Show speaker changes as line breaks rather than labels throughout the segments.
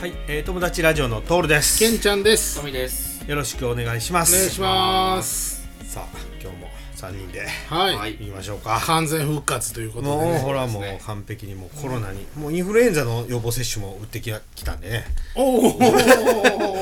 はい、えー、友達ラジオのトールです。
けんちゃんです。
ト
お
ミです。
よろしくお願いしま
願い
す。
します。
さあ、今日も三人で
はい、
はい
行きましょうか。
完全復活ということで
もう、
ね。
ほら
そ
も
うです
う
ね
完璧にもうコロナに、もうインフルエンザの予防接種も打ってきやきたんでね。
おー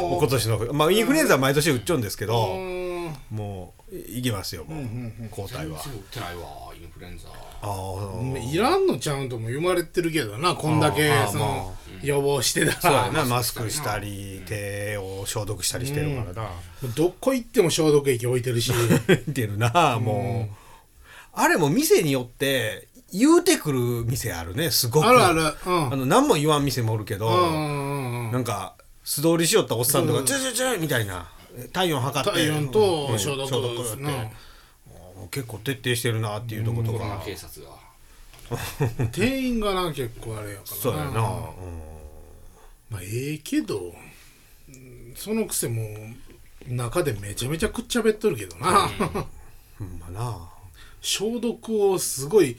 もう
お
今年の冬、まあインフルエンザは毎年打っちゃうんですけ
ー
ど、
うーん
もういいけますよもう抗体は。
全然打ってないわ、インフルエンザ。
ああ、
いらんのちゃうんとも言われてるけどな、こんだけ
あー
そ
まあ
の予防してた
そう
ら
や。なマスクしたり手を消毒したりしてるからな。
もうどこ行っても消毒液置いてるし。
ってるなもう、あれも店によって言うてくる店あるねすごく
あるあるうん
あの何も言わん店もおるけど、
うんうんうん
なんか素通りしよったおっさんとか、チュチュチュみたいな体温測って
体温と
うん
消毒
消毒って、
うん
もう結構徹底してるなっていうとこと
コロナ
か、
警察が。
店員がな、結構あれやからな。
そうやな、うん
まあ、ええけど、うんそのくせもう、中でめちゃめちゃくっちゃべっとるけどな。
ほんまな
消毒をすごい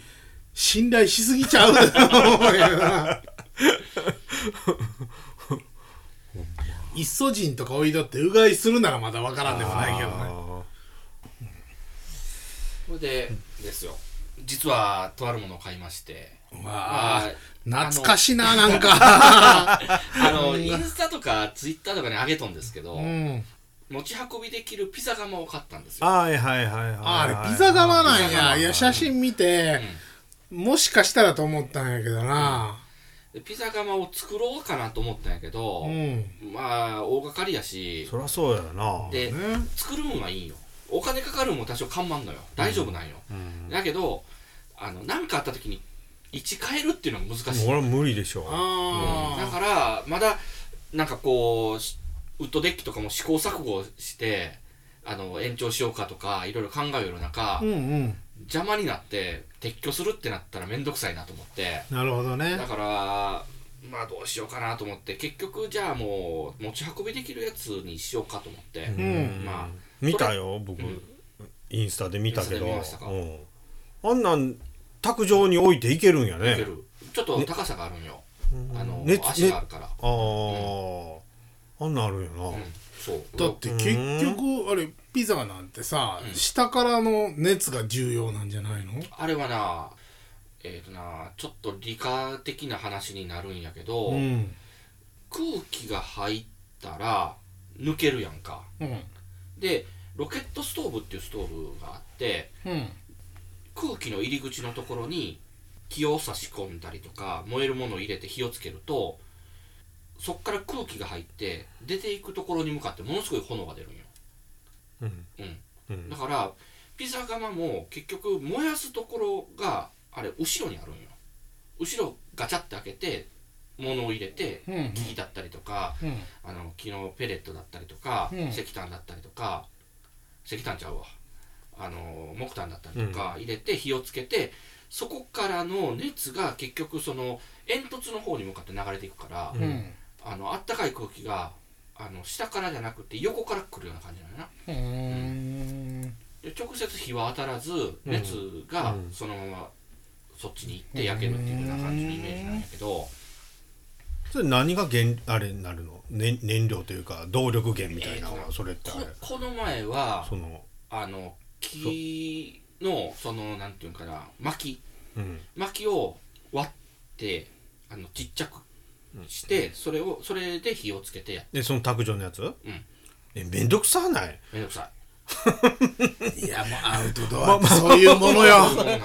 信頼しすぎちゃうと思うよなイソジンとか置いとってうがいするならまだわからんでもないけどね
あ
それで、ですよ。実は、とあるものを買いまして。
わあ
まあ
懐かしいななんか
あの、インスタとかツイッターとかに上げとんですけど、
うん
持ち運びできるピザ窯を買ったんです
ー
よ。
はいはいはいはい
ああれピザ窯なん
ピザ窯
やいや写真見てもしかしたらと思ったんやけどな
でピザ窯を作ろうかなと思ったんやけど、
うん
まあ、大掛かりやし
そ、りゃそうやな
で、
ね
作るもんはいいよ。お金かかるもん多少かんまんのよ。大丈夫なんよ。だけど、あの、なんかあった時に、一変えるっていうのが難しい。
俺は無理でしょ
だ
あ
からまだなんかこうしウッドデッキとかも試行錯誤してあの延長しようかとかいろいろ考える中、
あうんうん
邪魔になって撤去するってなったら面倒くさいなと思って
なるほどね
だからまあどうしようかなと思って結局じゃあもう持ち運びできるやつにしようかと思って、
うん
まあ
見たよ僕、
ん
インスタで見たけど
インスタで見ました
うん、
か
あんなん卓上に置いていけるんや
い
ね
けるちょっと高さがあるんよ、あの
ね
足があるから、
ああ、あんなんあるんやな、
うん、そう
だって結局あれピザなんてさ、下からの熱が重要なんじゃないの
あれはなえっ、となちょっと理科的な話になるんやけど、
うん、
空気が入ったら抜けるやんか
うん
でロケットストーブっていうストーブがあって
うん、
空気の入り口のところに気を差し込んだりとか燃えるものを入れて火をつけるとそっから空気が入って出ていくところに向かってものすごい炎が出るんよ、
うん
うん
うん
だからピザ窯も結局燃やすところがあれ後ろにあるんよ後ろガチャって開けて物を入れて
うんうん
木だったりとか、
うん
あの木のペレットだったりとか、
うん
石炭だったりとか石炭ちゃうわあの木炭だったりとか入れて火をつけて、そこからの熱が結局その煙突の方に向かって流れていくから、
うん
うん
あのあったかい空気があの下からじゃなくて横から来るような感じなのよな
うーん
で直接火は当たらず熱が
うん
そのままそっちに行って焼けるっていうような感じのイメージなんやけど、
それ何が原あれになるの、ね、燃料というか動力源みたいなの
えー
は
と
それってあ
こ
れ
この前は
その
あの木のそのなんていうんかな薪
うん
薪を割ってあのちっちゃくして、それをそれで火をつけてや
でその卓上のやつ、
ん
えめんどくさない
めんどくさ
いやもうアウトドアってそういうものよ
いそうなんよ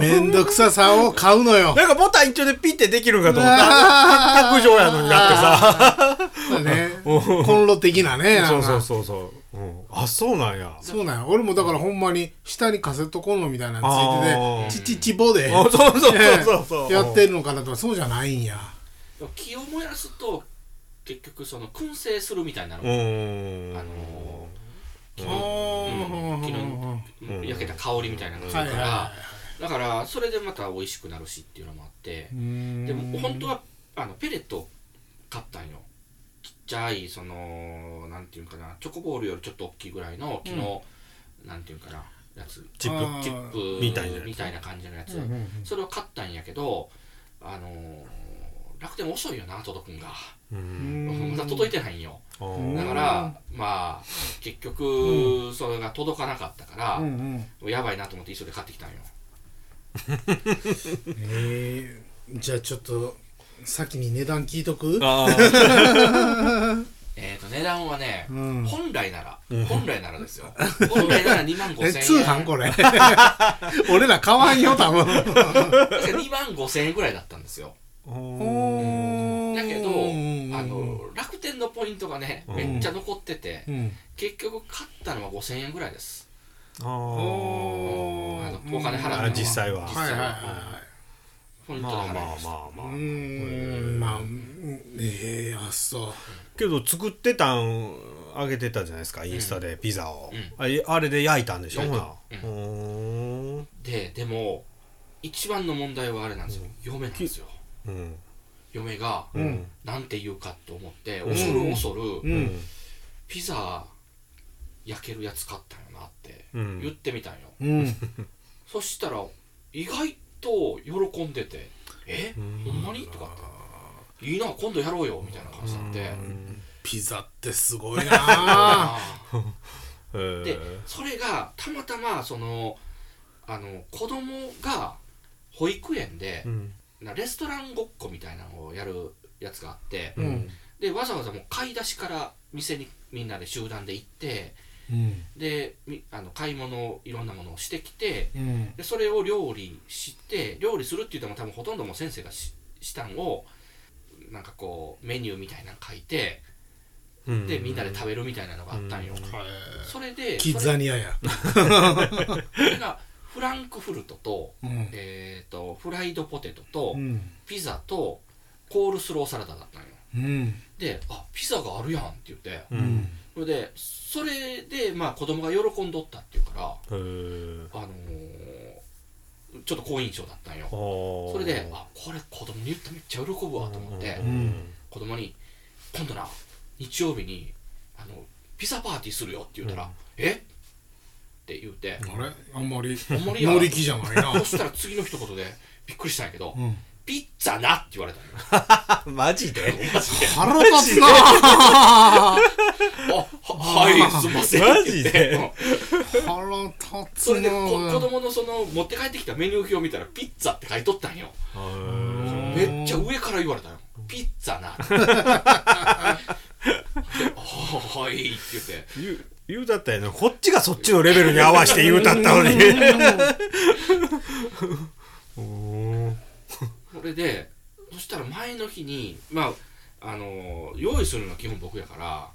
めんどくささを買うのよ
なんかボタン一丁でピッてできるんかと思った
あ
卓上やのにだってさ
ーねコンロ的なね
そう
な
そ
ん
う
か
そうそう、うん、あそうなんや
そうなんや俺もだからほんまに下にカセットコンロみたいなのついててちちちぼで
あそうそうそうそうそう
やってるのかなとそうじゃないんや
でも木を燃やすと結局その燻製するみたいなの、
うーん
あの
あ
うん木
ー
の焼けた香りみたいなのがするから、
はいはいは
だからそれでまた美味しくなるしっていうのもあって、
うーん
でも本当はあのペレットを買ったんよちっちゃいそのなんていうんかなチョコボールよりちょっと大きいぐらいの木の、なんていうんかなやつ
チップ
あー
チップ
みたいなやつ
みたいな感じのやつ、
うんうんうん
それを買ったんやけどあのー楽天遅いよな届くんが
うん
まだ届いてないんよ
あ
うん
ー
だからまあ結局それが届かなかったから、
うんうん
やばいなと思って急いで買ってきたんよ
えー、じゃあちょっと先に値段聞いとく
あー
えー、と値段はね、
うん
本来なら、本来ならですよ本来なら2万
え
5
通
千円
販これ俺ら買わんよ多分
2万5千円ぐらいだったんですよだけどあの楽天のポイントがね
うん
めっちゃ残ってて、
うん
結局買ったのは5千円ぐらいです
あー
お
あのお金払ったの
あ実際は
はいはいはいはい
ポイント
ま
で
あ
払い
まあ
ます、
まあま
う
あ
ーんまあうんええあそ
けど作ってたんあげてたじゃないですかインスタでピザを、あれあれで焼いたんでしょ
焼
ほ
いた
なうんうん
ででも一番の問題はあれなんですよ、嫁なんですよ
うん
嫁が、
うん
なんて言うかと思って恐る恐る、
ううん
ピザ焼けるやつ買ったよなって
うん
言ってみたんよ、
うん
そしたら意外と喜んでて「えほんまに?」とかって「いいな今度やろうよ」みたいな感じになって
ピザってすごいな
あ
へー
ーでそれがたまたまそのあの子供が保育園で
うん
なレストランごっこみたいなのをやるやつがあって、
うん
でわざわざもう買い出しから店にみんなで集団で行って
うん
でみあの買い物いろんなものをしてきて
うん
でそれを料理して料理するって言っても多分ほとんどもう先生がししたんをなんかこうメニューみたいなの書いて
うん
でみんなで食べるみたいなのがあったんよ、それで
キッ
そ
ザニアや
れがフランクフルトと,、
うん
えー、とフライドポテトと
うん
ピザとコールスローサラダだったんよ
うん
で「あピザがあるやん」って言って
うん
それでそれでまあ子供が喜んどったっていうから
へー
あのーちょっと好印象だったんよ
あー
それで、あこれ子供に言ったらめっちゃ喜ぶわと思って、
うんうん
子供に、今度な、日曜日にあのピザパーティーするよって言ったら、えって言うて、
あれあんまり
んまりや
乗り気じゃないな
そしたら次の一言でびっくりしたんやけど、
ん
ピッツァなって言われ たのよ。
あマジで
マジで、
腹立つなあ
あははい、すいません
マ
って
ジ
言
で
って。うん
腹立つな
それでこ子供のその持って帰ってきたメニュー表を見たらピッツァって書いとったんよ
うん
めっちゃ上から言われたよピッツァな であはいって言って
言う言うたったやなこっちがそっちのレベルに合わせて言うたったのにうん
それでそしたら前の日にまああのー用意するのは基本僕やから、あ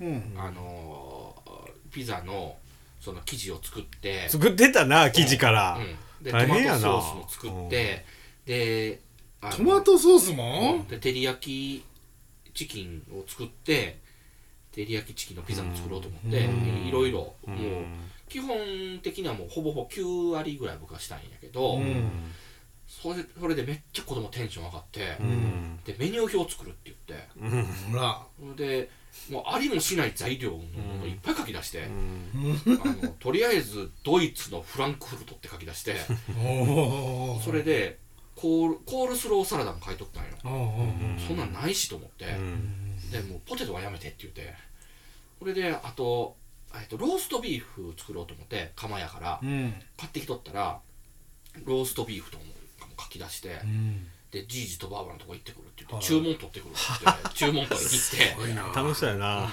のーピザのその生地を作って、
作ってたな生地から、
うん、でトマ
大
ト
変やな
ソースも作ってであの
トマトソースも
で照り焼きチキンを作って照り焼きチキンのピザも作ろうと思って、いろいろもう、基本的にはもうほぼほぼ9割ぐらい僕はしたいんやけど、それそれでめっちゃ子供テンション上がって、
うん
でメニュー表を作るって言って
ほら
それでもうありもしない材料のものいっぱい書き出して、あのとりあえずドイツのフランクフルトって書き出して
おー
それでコールコールスローサラダも書いとったんよ、
おーおー
そんなんないしと思って、
うん
でもうポテトはやめてって言ってそれであと,、えっとローストビーフ作ろうと思って釜やから
うん
買ってきとったらローストビーフとも書き出して、
うん
でじいじとばあばのとこ行ってくるって言って注文取ってくるって言 って注文取りに行って
すごいな
楽しそうやな、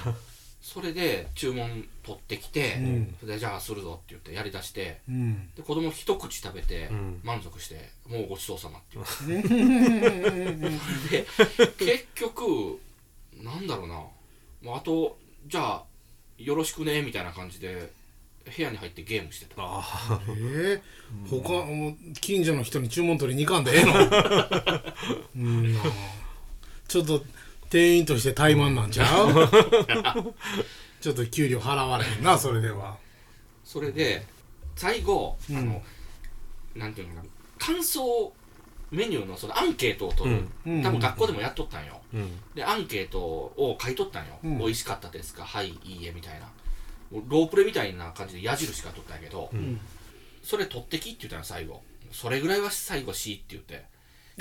それで注文取ってきて、
ん
それでじゃあするぞって言ってやりだして
うん
で子供一口食べて
ん
満足して、もうごちそうさまって言ってそれで結局なんだろうなもうあとじゃあよろしくねみたいな感じで部屋に入ってゲームしてた
あ
ええ他もう近所の人に注文取りに行かんでええ のうんなあちょっと店員として怠慢なんちゃ うちょっと給料払われへんなそれでは
それで最後、あのなんていうのかな感想メニューのそのアンケートを取る、
うんうん
多分学校でもやっとったんよ、
うん
でアンケートを書いとったんよ、
ん
美味しかったですかはいいいえみたいなもうロープレみたいな感じで矢印が取ったんやけど、それ取ってきって言ったんよ最後それぐらいは最後しって言って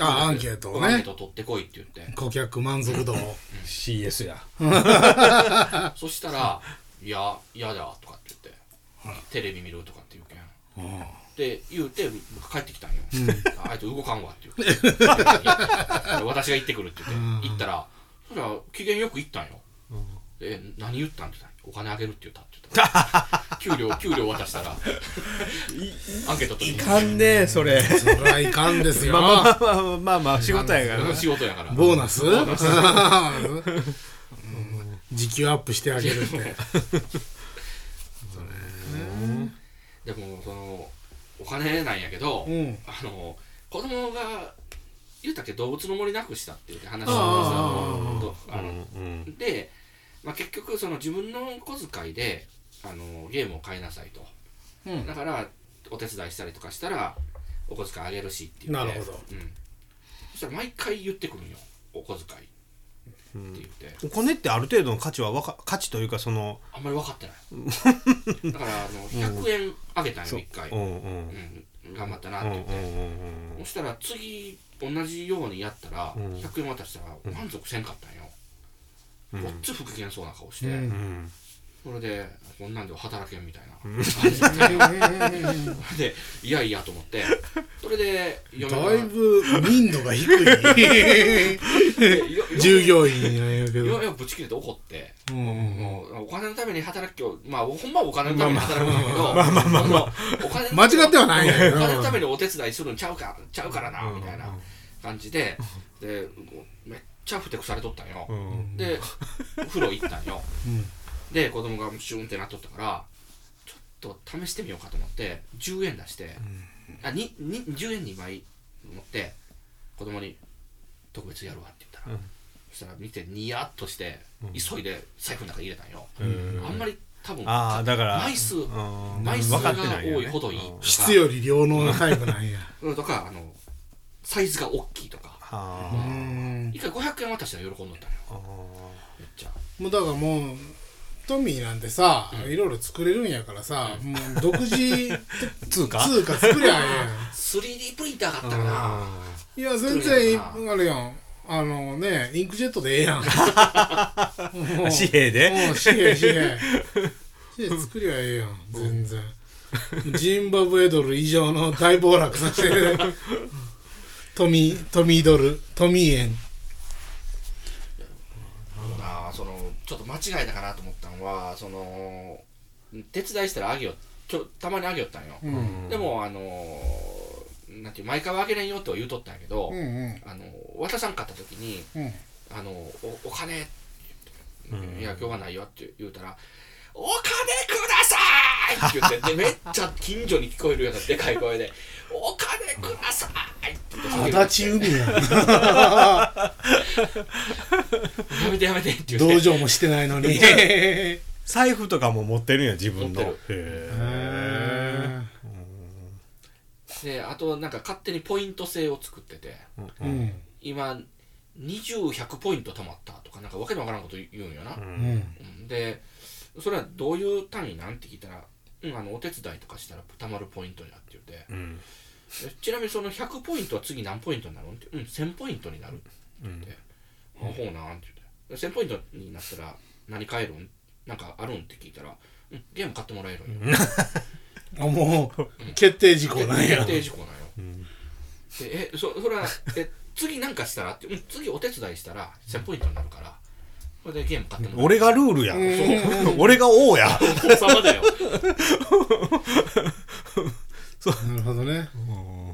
あアンケートを
アンケー
ね
ト取ってこいって言って
顧客満足度を
CS や
そしたら「いや嫌だ」とかって言って「テレビ見る」とかって言うけんで言うて帰ってきたんよ、 あいつ動かんわって言うていや私が行ってくるって言って行ったらそしたら機嫌よく行ったんよ、え何言ったんって言ったらお金あげるって言ったって言った給料給料渡したらアンケート取
い
り
かんねそれ
それはいかんですよ
まあ まあまあまあまあ仕事やからな
仕事やから
ボーナス
ボーナス
うん時給アップしてあげるって
でもそのお金なんやけど、
うん
あの子供が言うたっけ動物の森なくしたっていう話を
あ
したんですよ
うん
で、まあ、結局その自分の小遣いであのゲームを買いなさいと、
うん
だからお手伝いしたりとかしたらお小遣いあげるしっていう
なるほど、
うん、そしたら毎回言ってくるんよお小遣いって言って、
お金ってある程度の価値はわか価値というかその
あんまり分かってな いだからあの100円あげたんよ一回、
う
うん
うん
ん、頑張ったなっ
う
て
んうん
言って、
うん
そしたら次同じようにやったら100円渡したら満足せんかったんよ、こっち不機嫌そうな顔して、
うん
うん
それでこんなんで働けんみたいな、
だ
そ れでいやいやと思ってそれで嫁が
いぶ民度が低い
でよ
従業員なんやけど
嫁がぶち切れて怒って、
うんうんうん
もうお金のために働きをまあほんまはお金のために働くんだけどまあまあまあお金の
間違ってはないんやけ
お
ど
金のためにお手伝いするんちゃうかちゃうからなみたいな感じででもうめっちゃふてくされとったんよ、
うん
でお風呂行ったんよ、
うん
で子供がシュンってなっとったからちょっと試してみようかと思って10円出して、あにに10円2枚持って子供に「特別やるわ」って言ったら、
うん
そしたら見てニヤッとして、急いで財布の中に入れたんよ、
ん
あんまり多分
ああだから
枚数、
うん
枚数が
分かってないよ
多
ね
いほどいいとか
質より量能のタイプなんや
うんとかあのサイズが大きいとか
う
は
ん
一回500円渡したら喜んどったんよ
あ
めっちゃ
もうだからもうトミーなんてさ、いろいろ作れるんやからさ、もう独自
通貨
通貨作りゃえ
3D プリンターがあったらな
えやんいや全
作
然
れる
い
な
あれやんあのねインクジェットでええ やんもう
紙幣で
もう紙幣紙幣紙幣作りゃええやん全然ジンバブエドル以上の大暴落させてるトミートミードルトミー円
あーそのちょっと間違えたかなと思ったのはその手伝いしたらあげよちょたまにあげよったんよ、
うん
でもあのーなんていう毎回はあげれんよとは言うとったんやけど、
うんうん
あのー渡さんかった時に
うん
「あのーおお金」って言って
うん
いや今日はないよ」って言うたら「お金ください!」って言ってでめっちゃ近所に聞こえるようなでかい声で「お金ください!」って言って
足立海やん
やめてやめて」って言
道
って
場もしてないのに
財布とかも持ってるんや自分の
持っ
へ
て
え
であとなんか勝手にポイント制を作ってて。
うん
今20100ポイント貯まったとかなんかわけのわからんこと言うんよな、
うん
うんでそれはどういう単位なんって聞いたら、うん、あのお手伝いとかしたら貯まるポイントやって言って
うん
えちなみにその100ポイントは次何ポイントになるんってうん1000ポイントになるって言って、あほうなんって言って1000ポイントになったら何買えるんなんかあるんって聞いたら、うん、ゲーム買ってもらえるんよ、
あもう決定事項なんや
決定事項なんよ、でえそそれはえ次なんかしたらって、うん、次お手伝いしたら1000ポイントになるからこれでゲーム買ってもらえる
俺がルールやそう 俺が王や
王様だよ
なるほどね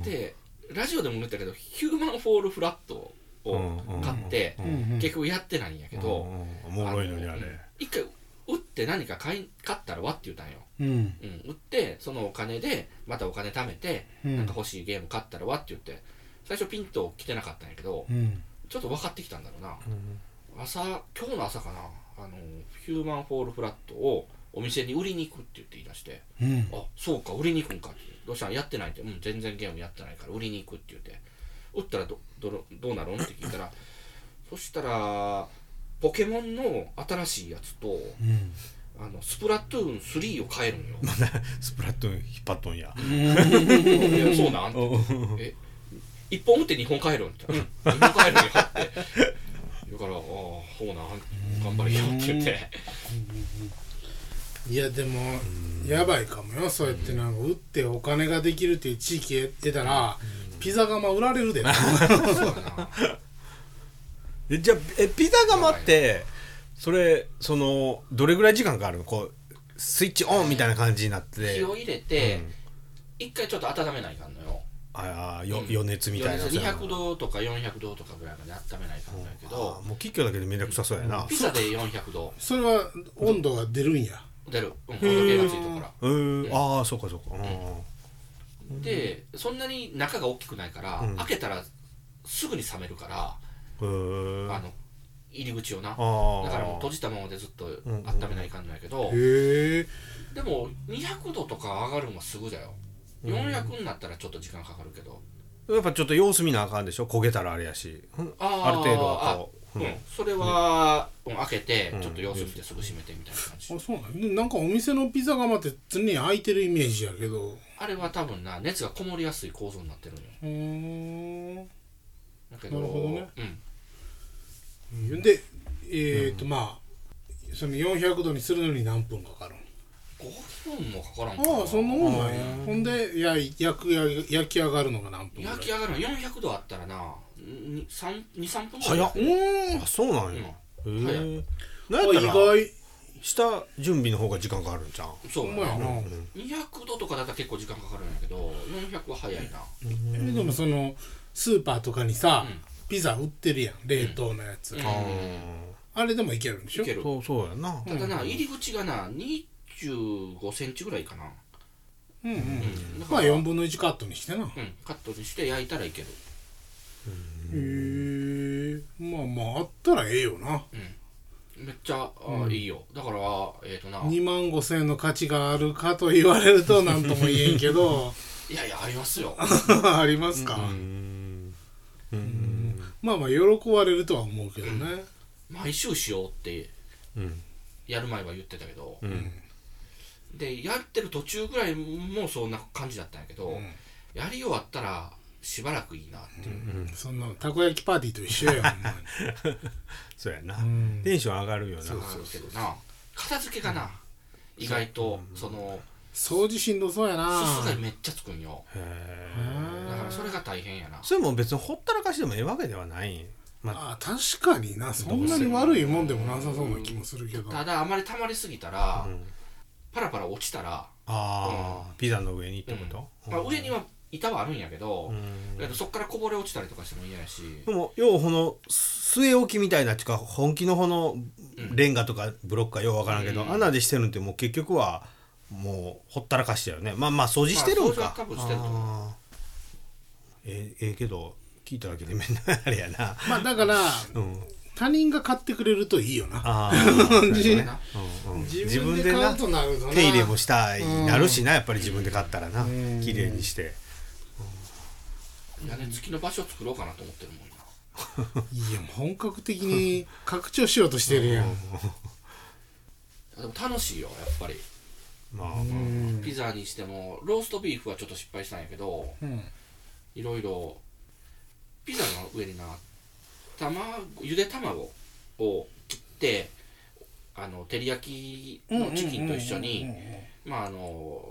でラジオでも言ったけどヒューマンフォールフラットを買って
うん
うんうん
結局やってないんやけ
うん
ど
おもろいのにあ
あの
れ
一回打って何か買い買ったらわって言うたんよ、
うん
うん、売ってそのお金でまたお金貯めて
うん
なんか欲しいゲーム買ったらわって言って最初ピンと来てなかったんやけど
うん
ちょっと分かってきたんだろうな朝今日の朝かなあのヒューマンフォールフラットをお店に売りに行くって言って言い出して
うん
あそうか売りに行くんかってどうしたんやってないってうん全然ゲームやってないから売りに行くって言って売ったらどどのどうなるんって聞い たらそしたらポケモンの新しいやつと
うん
あのスプラトゥーン3を買 えるんよ
スプラトゥーン引っ張っとんや
いやそうなんってえ1本打って2本帰るんって言ったらうん2本帰るんよって 言うから「ああほうな頑張れよ」って言って
いやでもやばいかもよそうやってなんか売ってお金ができるっていう地域へ出たらピザ窯売られる で
そうやな
えじゃあえピザ窯ってそれそのどれぐらい時間かかるのこうスイッチオンみたいな感じになってて
火を入れて
うん
一回ちょっと温めないかんのよ
ああよ余熱みたいな
余熱200度とか400度とかぐらいまで温めないかんのやけ
あ
ど
ーもうキッキョだけでめんどくさそうやな
ピザで400度
それは温度が出るんや
出るうん温度計がついたから
うーんああそうかそうかうん
でそんなに中が大きくないから、
うん
開けたらすぐに冷めるから、
へ
あ
え
の入り口をなだか
あ
らもう閉
あ
じたままでずっと
んうん
温めないかんのやけど、
へえ
でも200度とか上がるのはすぐだよ400になったらちょっと時間かかるけど、
やっぱちょっと様子見なあかんでしょ焦げたらあれやしうん
ー
ある程度はこう
あ
う
うんんそれは、うん開けて
うん
ちょっと様子見てすぐ閉めてみたいな感じ、
あそうなんやなんかお店のピザ窯って常に開いてるイメージやけど
あれは多分な熱がこもりやすい構造になってるんよ
うーん
だけど
なるほどね
うん、
でえっ、と、まあその400度にするのに何分かかる
5分もかからんか
ああそんなもんなんや
うん
ほんでやい焼くや焼き上がるのが何分ぐらい
焼き上がるの400度あったらな23分
早っ
うーん
あそうなんやへ
早
え
あ
なんや
意
ったら
外
下準備の方が時間かかるんじゃん
そう
ほんまやな、
200度とかだったら結構時間かかるんやけど400は早いな
えでもそのスーパーとかにさ、
うん
ピザ売ってるやん冷凍のやつ、
うん
あ
あれでもいけるんでしょ
いけ
あ
る
そうそうやな
ただな入り口がな25センチぐらいかな
うんうん、
うんだ
ま
か
あ
ら
4分の1カットにしてな、へ
うんカットにして焼いたらいける
えまあまああったらええよな
めっちゃあいいよだからえっとな
2万5千円の価値があるかと言われる と何とも言えんけど
いやいやありますよ
ありますか、
うんうん
まあまあ喜ばれるとは思うけどね、
毎週しようって
うん
やる前は言ってたけど
うん
でやってる途中ぐらいもそんな感じだったんやけど、
ん
やり終わったらしばらくいいなっていう、
そんなたこ焼きパーティーと一緒やん
そうやな
ん
テンション上がるよな
上がるけどな片付けがな、意外とその
掃除しんどそうやな
すすがめっちゃつくんよ
へえ
だからそれが大変やな
それも別にほったらかしでもええわけではないまあ
あ確かになそんなに悪いもんでもなさそうな気もするけど
ただあまり溜まりすぎたら、
うん
パラパラ落ちたら、
ああピザの上にってこ
まあ
と
上には板はあるんやけど、
うん
だけどそっからこぼれ落ちたりとかしても嫌やし、
でもようこの据え置きみたいなっていうか本気のこのレンガとかブロックかようわからんけど、
うん
穴でしてるのってもう結局はもうほったらかしてだよねまあまあ掃除してるん
ま
か
あ、掃除は多分してると思う
あーええええけど聞いただけでめんどいあれや な
まあだから
うん
他人が買ってくれるといいよな
あー
自
そうやな
うんうん
自分で買うとなるとな
手入れもしたいなるしなやっぱり自分で買ったらな綺麗にして
屋根付きの場所作ろうかなと思ってるもんない
やもう本格的に拡張しようとしてるやん
でも楽しいよやっぱり、
まあ
ピザにしてもローストビーフはちょっと失敗したんやけど、
うん
いろいろピザの上にな卵ゆで卵を切ってあの照り焼きのチキンと一緒
うんうん
に
うんうん
まああの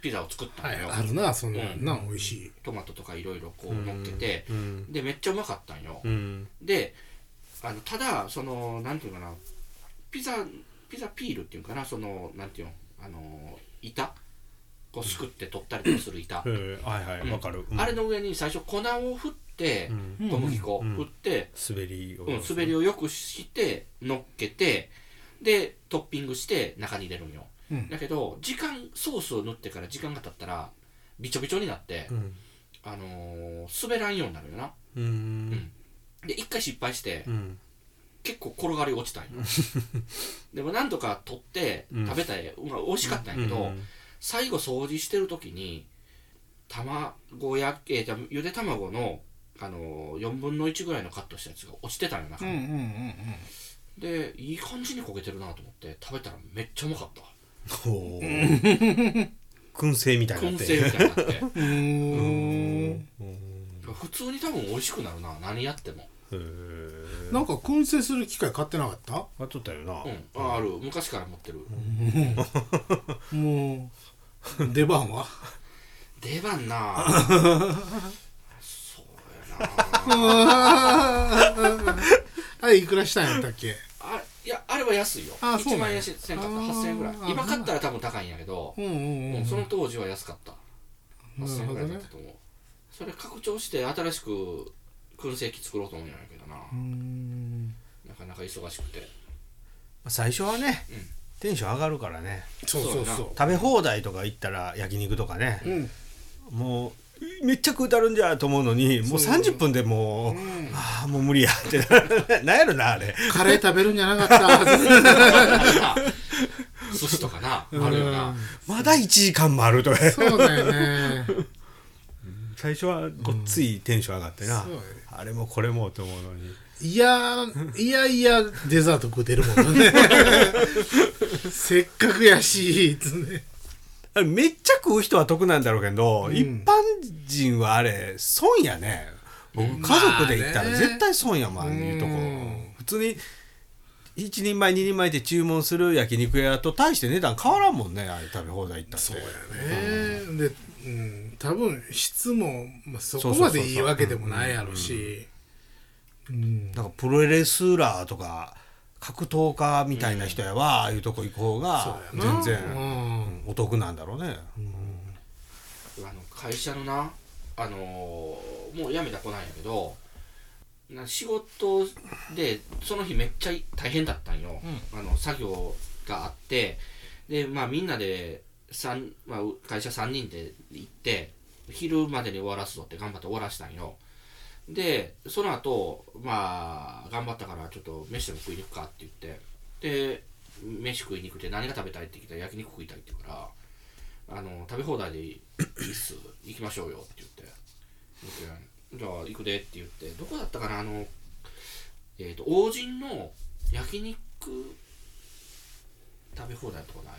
ピザを作った
は
の
い
よ、
あるなそんなんな美味しい
トマトとかいろいろこう乗っけて
うん
でめっちゃうまかったんよ、
うん
であのただそのなんていうかなピザピザピールっていうかなそのなんていうのあの板こうすくって取ったりとかする板、
へえはいはいわかるうん
あれの上に最初粉を振って、
うん
小麦粉を振って、
滑りを
うん滑りをよくして乗っけてでトッピングして中に入れるんよ、
うん
だけど時間ソースを塗ってから時間が経ったらびちょびちょになって、
うん
あのー滑らんようになるよな
うん
で一回失敗して、
うん
結構転がり落ちたんよ でもなんとか取って
うん
食べたい、まあ美味しかったんやけど、最後掃除してる時に卵やえーじゃあゆで卵のあのー4分の1ぐらいのカットしたやつが落ちてたのよ中
うん
に、
うんうん
でいい感じに焦げてるなと思って食べたらめっちゃうまかった
ほう燻製みたいにな
燻
って
製みたいになって
うんうーん
うん
普通に多分美味しくなるな何やっても
へえ
なんか燻製する機械買ってなかった
あっとったよな、
うんあある昔から持ってる、
もう 出番は
出番 なあそうやなあ
あれいくらしたんやったっけ
あいやあれは安いよ
あそう
1
な
万
んや
円せんかった
あー
8000円ぐらい
あ
今買ったら多分高いんやけど、
うんうんうん、
うんその当時は安かった8000円ぐら
なるほ
いだ
どね
ったと思う、それ拡張して新しく燻製機作ろうと思うんやけどな、
うん
なかなか忙しくて
最初はね、
うん
テンション上がるからね
そうそうそう
食べ放題とか行ったら焼肉とかね、
うん
もうめっちゃ食うたるんじゃと思うのにもう30分でもう、ああもう無理やってななんやろなあれ
カレー食べるんじゃなかった
あれな寿司とかなあるよな
まだ1時間もあるとか
そうだよね
最初はごっついテンション上がってな、
そうやね
あれもこれもと思うのに
いやーいやいやデザート食うてるもんね せっかくやしつね
あれめっちゃ食う人は得なんだろうけど、
ん
一般人はあれ損やね僕
うん
家族で行った
ま
ら
あね
絶対損やもんああいうとこ
うん
普通に1人前2人前で注文する焼肉屋と大して値段変わらんもんねあれ食べ放題行ったって
ねで、うん、多分質も、まあ、そこまでいいわけでもないやろしうん
なんかプロレスラーとか格闘家みたいな人やわ、ああいうとこ行く方が
そうやな
全然
うん
お得なんだろうね、
あの会社のなあのーもう辞めた子なんやけどな仕事でその日めっちゃ大変だったんよ、あの作業があってでまあみんなで、三まあ、う会社3人で行って昼までに終わらすぞって頑張って終わらしたんよでその後まあ頑張ったからちょっと飯でも食いに行くかって言ってで飯食いに行くって何が食べたいって聞いたら焼肉食いたいって言うからあの食べ放題でいいっす行きましょうよって言って僕じゃあ行くでって言ってどこだったかなあのえっ、と王神の焼肉食べ放題のとこない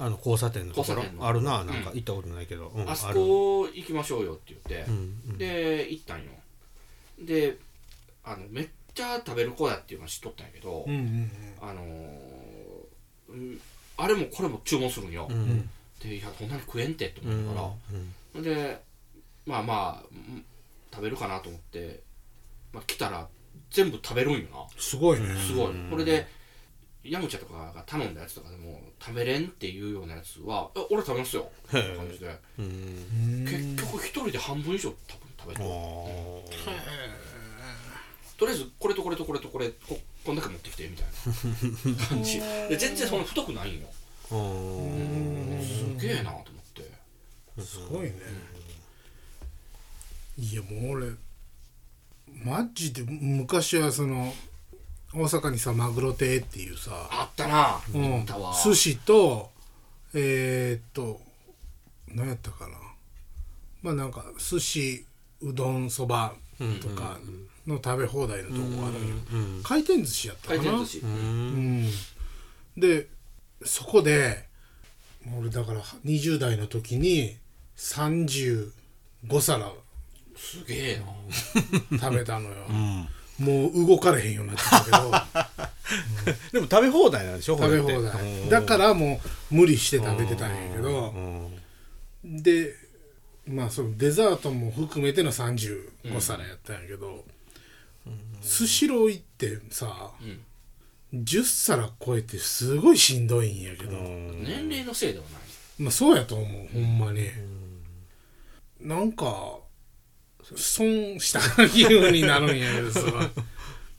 あの交差点のところ
交差点の
あるななんか行ったことないけど、うん
あそ
る
こ行きましょうよって言って
う、んうん
で行ったんよであのめっちゃ食べる子だっていうのは知っとったんやけど、
うんうん
あのーうんあれもこれも注文するんよ、
うん
でいやこんなに食えんてって
うんう
思ったから、
ん
でまあまあうん食べるかなと思って、まあ、来たら全部食べるんよ
すごいね
なすごいこれでヤムチャとかが頼んだやつとかでも食べれんっていうようなやつは「え俺食べますよ」って感じで
うん
結局一人で半分以上多分食べ
あ
てる
ー
とりあえずこれとこれとこれとこれここんだけ持ってきてみたいな感じで全然そんな太くないんよ
うん
すげえなと思って
すごいねいやもう俺マジで昔はその大阪にさマグロ亭っていうさ
あったな
う
行
ん
ったわ、
寿司とえー、っと何やったかなまあなんか寿司うどんそばとかの食べ放題のとこあるんよ、回転寿司やったか
回
な
転寿司、
うん、でそこで俺だから20代の時に35皿
すげえな
食べたのよ、もう動かれへんようになってたけど
でも食べ放題なんでしょ
食べ放題だからもう無理して食べてたんやけどでまあそのデザートも含めての35皿やったんやけどスシロー行ってさ
ん
10皿超えてすごいしんどいんやけど
年齢のせいではない
まあそうやと思うほんまになんか損した気分になるんやけ どさ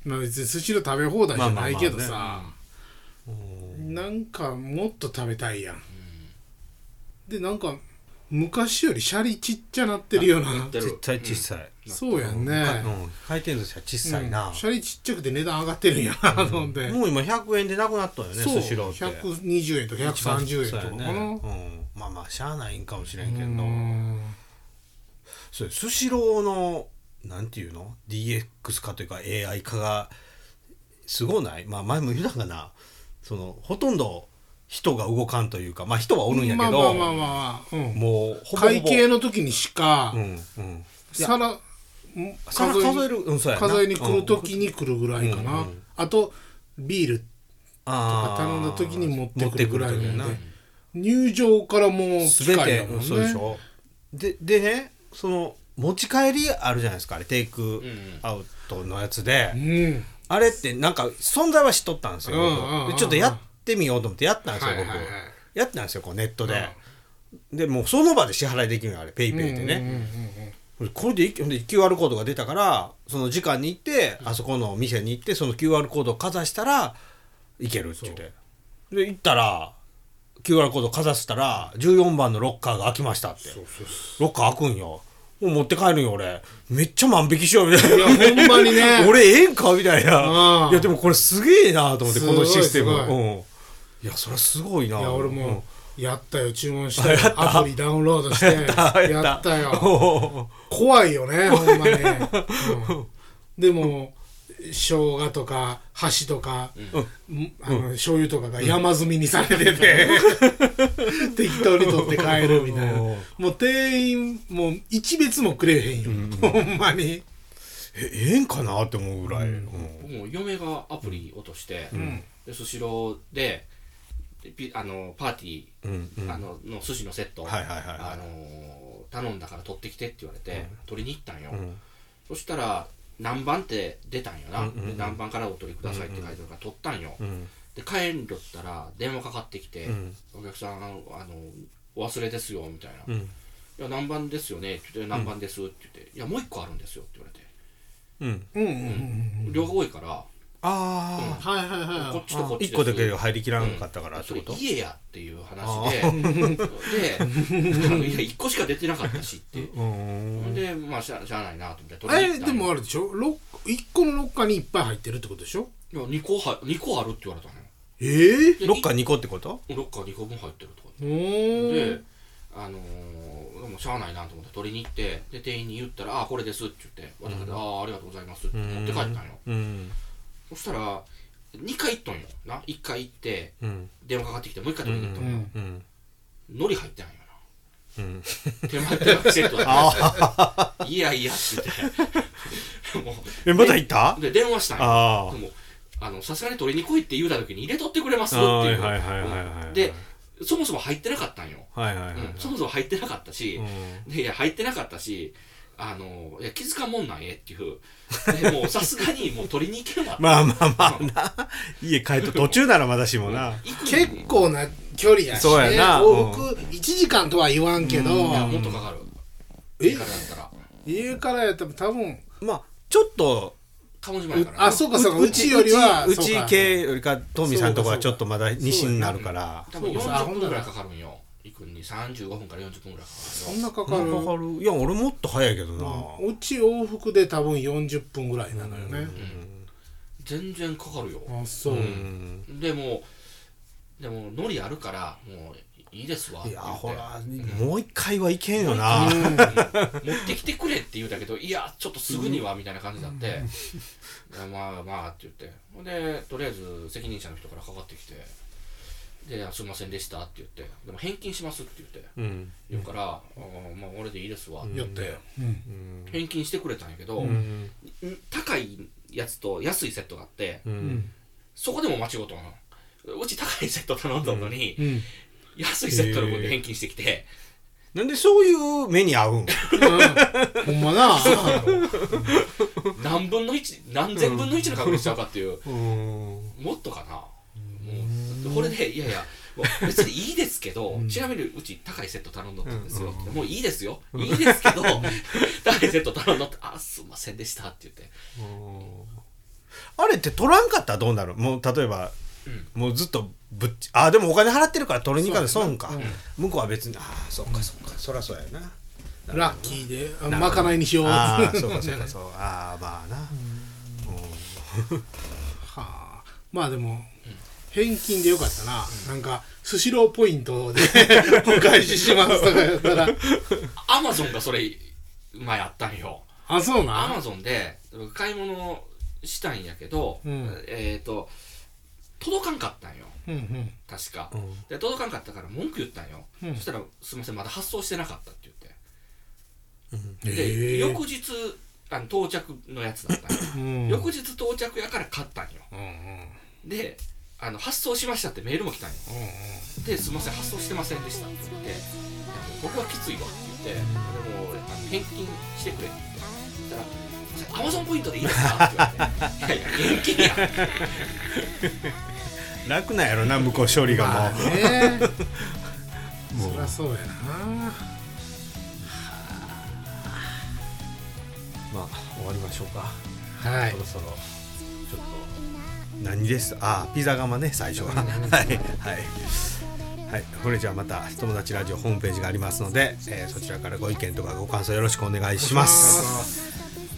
まあ別にスシロー食べ放題じゃないけどさ、
まあ
なんかもっと食べたいやん、でなんか昔よりシャリちっちゃなってるような
ってる
絶対小さい
そうやんね、
うん回転寿司は小さい
うん
な
シャリちっちゃくて値段上がってるんやなと思って、
もう今100円でなくなったよね
そう
スシローって
120円とか130円とかか
そう
な
や、ねうんまあまあしゃあないんかもしれんけど
うん
それスシローのなんていうの DX 化というか AI 化がすごないまあ前も言ったかなそのほとんど人が動かんというかまあ人はおるんやけ
まあ
ど、
まあまあまあまあ、うん
もうほぼほぼ
会計の時にしか、
うんうん
皿ん
数
数え
数えるうんそうやな
数えに来る時に来るぐらいかな、
うんうん
あとビール
あー
頼んだ時に持ってくるぐらい
持ってくる
な
とい
ん
う
で
な
入場からもう機
全
械
て
やもんね
そうでしょででねその持ち帰りあるじゃないですかあれテイクアウトのやつで、
うん
あれってなんか存在は知っとったんですよ、
うんうんうん
でちょっとやってみようと思ってやったんですよ、
はいはいはい
僕やったんですよこうネットで、でもうその場で支払いできるのよあれペイペイでね、これでいほんで QR コードが出たからその時間に行ってあそこの店に行ってその QR コードをかざしたらいけるって言ってで行ったら QR コードかざしたら14番のロッカーが開きましたってロッカー開くんよもう持って帰るんよ俺めっちゃ万引きしようみたいない
やほんまにね
俺ええんかみたいな
うん
いやでもこれすげえなと思って
す
こ
ごい
のシステム
すごい
うんいやそれはすごいないい
や俺もやったよ注 文してアプリダウンロードして
やったやった
やったよ
よ
怖いよ ねほんまね、うんでも生姜とか箸とか、んあの醤油とかが山積みにされて て適当に取って帰るみたいな
うん
もう店員もう一別もくれへんよ、ほんまに
えええんかなって思うぐらい、うん
僕も嫁がアプリ落として、でスシローででピあのパーティー、
うんうん
あのの寿司のセット、
はいはいはいはい
あのー頼んだから取ってきてって言われて、取りに行ったんよ、そしたら何番って出たんよな、で何番からお取りくださいって書いてあるから取ったんよ、で帰んとったら電話かかってきて、お客さんあのお忘れですよみたいな、いや何番ですよねって言って何番ですって言って、いやもう一個あるんですよって言われて、
うん、
うんうんうん
量が多いから
あ
はいはいはい
こっちとこっち
1個だけ
っ
入りきらなかったからってこと、
家やっていう話でであのいや1個しか出てなかったしって
うーん
ほんでまあしゃしゃあないなと思って
あれでもあ
る
るでしょロッ1個のロッカーにいっぱい入ってるってことでしょ
いや2個は二個あるって言われたのよ
ええ
で
ロッカー2個ってこと
ロッカー2個分入ってるとか
お
で
ー
あのー、でもしゃあないなと思って取りに行ってで店員に言ったら「あこれです」って言って私が「ああありがとうございます」って持って帰ったんよ
うん
そしたら2回行っとんよな1回行って
うん
電話かかってきてもう1回取りに行った
う
のよ
ん
うん
海苔入ってないよな
うん
手前手前セットだったいやいやって も
えまだ行った
うで電話したんよ
あ
でもあのさすがに取りに来いって言うた時に入れとってくれます
あ
っ
はい
て
いうはいはいはいはい
うんでそもそも入ってなかったんよ、
はいはいはい
うんそもそも入ってなかったし
うん、
でいや入ってなかったしあのいや気づかんもんなんえっていうでもうさすがにもう取りに行けなかっ た、
まあまあまあな家帰った途中ならまだしもな
行くのに
結構な距離やし、ね、
そうやな
往復1時間とは言わんけど、
いやもっとかかる
え
家からだったら
家からやったら多分
まあちょっと
鴨島やからな
あそうかそうかうちよりは
う
そう
ち
か
系よりかトミーさんとかはちょっとまだ西になるから
多分
そうか
40分ぐらいかかるんよ行くのに35分から40分ぐらいかか
そ
る
ん
よ
なか
か
かる
かるいや俺もっと早いけどな
うち往復で多分40分ぐらいなのよね、
全然かかるよ
あそう、
うん
でもでもノリあるからもういいですわ
いや
って言って
ほらもう一回はいけんよな
持ってきてくれって言うたけどいやちょっとすぐにはみたいな感じになって、いやまあまあって言ってほんでとりあえず責任者の人からかかってきてであ「すいませんでした」って言って「でも返金します」って言って
うん
言うから「あーまあ俺でいいですわ」
よって、うん
返金してくれたんやけど、
うん
高いやつと安いセットがあって
うん
そこでも間違うとなのうち高いセット頼んだのに、
うん
安いセットの分で返金してきて、
なんでそういう目に遭うん
ほんまな
何分の1何千分の1の確率ちゃうかっていう、
うん
もっとかなもうこれでいやいやもう別にいいですけど、ちなみにうち高いセット頼んどったんですよ、もういいですよいいです けど高いセット頼んどってあすいませんでしたって言って
あれって取らんかったらどうなるもう例えばもうずっとぶっちあでもお金払ってるから取りに行かない損か向こうは別にああそっかそっかそらそうやな
ラッキーであまかないにしよう
ああそうかそうかそうああまあな
はあまあでも、返金でよかったな、なんかスシローポイントで お返ししますとかやったら
アマゾンがそれ前あったんよ
あそう
ア
な
マゾンで買い物したんやけど、
うん
えっ、と届かんかったんよ
うんうん
確か、で届かんかったから文句言ったんよ、そしたら「すいませんまだ発送してなかった」って言って、で、
ええ
翌日あの到着のやつだったんよ
うん
翌日到着やから買ったんよ
うんうんうん
であの発送しましたってメールも来たんよで「すいません発送してませんでした」って言っていや「僕はきついわ」って言って「でもあの返金してくれ」って言ったら「それアマゾンポイントでいいですか?」って言われて「いやいや現金や」
楽なんやろな向こう勝利がもう,、
まあね
もう
そりゃそうやな
まあ終わりましょうか、
はい
そろそろちょっと何ですああピザ窯ね最初ははいはい、はい、これじゃあまた友達ラジオホームページがありますので、えーそちらからご意見とかご感想よろしくお願いします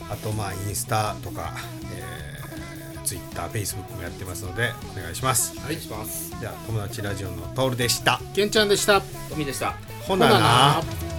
あとまあインスタとか、えー、ツイッターフェイスブックもやってますのでお願いします
はいします
じゃあ友達ラジオのトールでした
けんちゃんでした
トミーでした
ほなな
ほな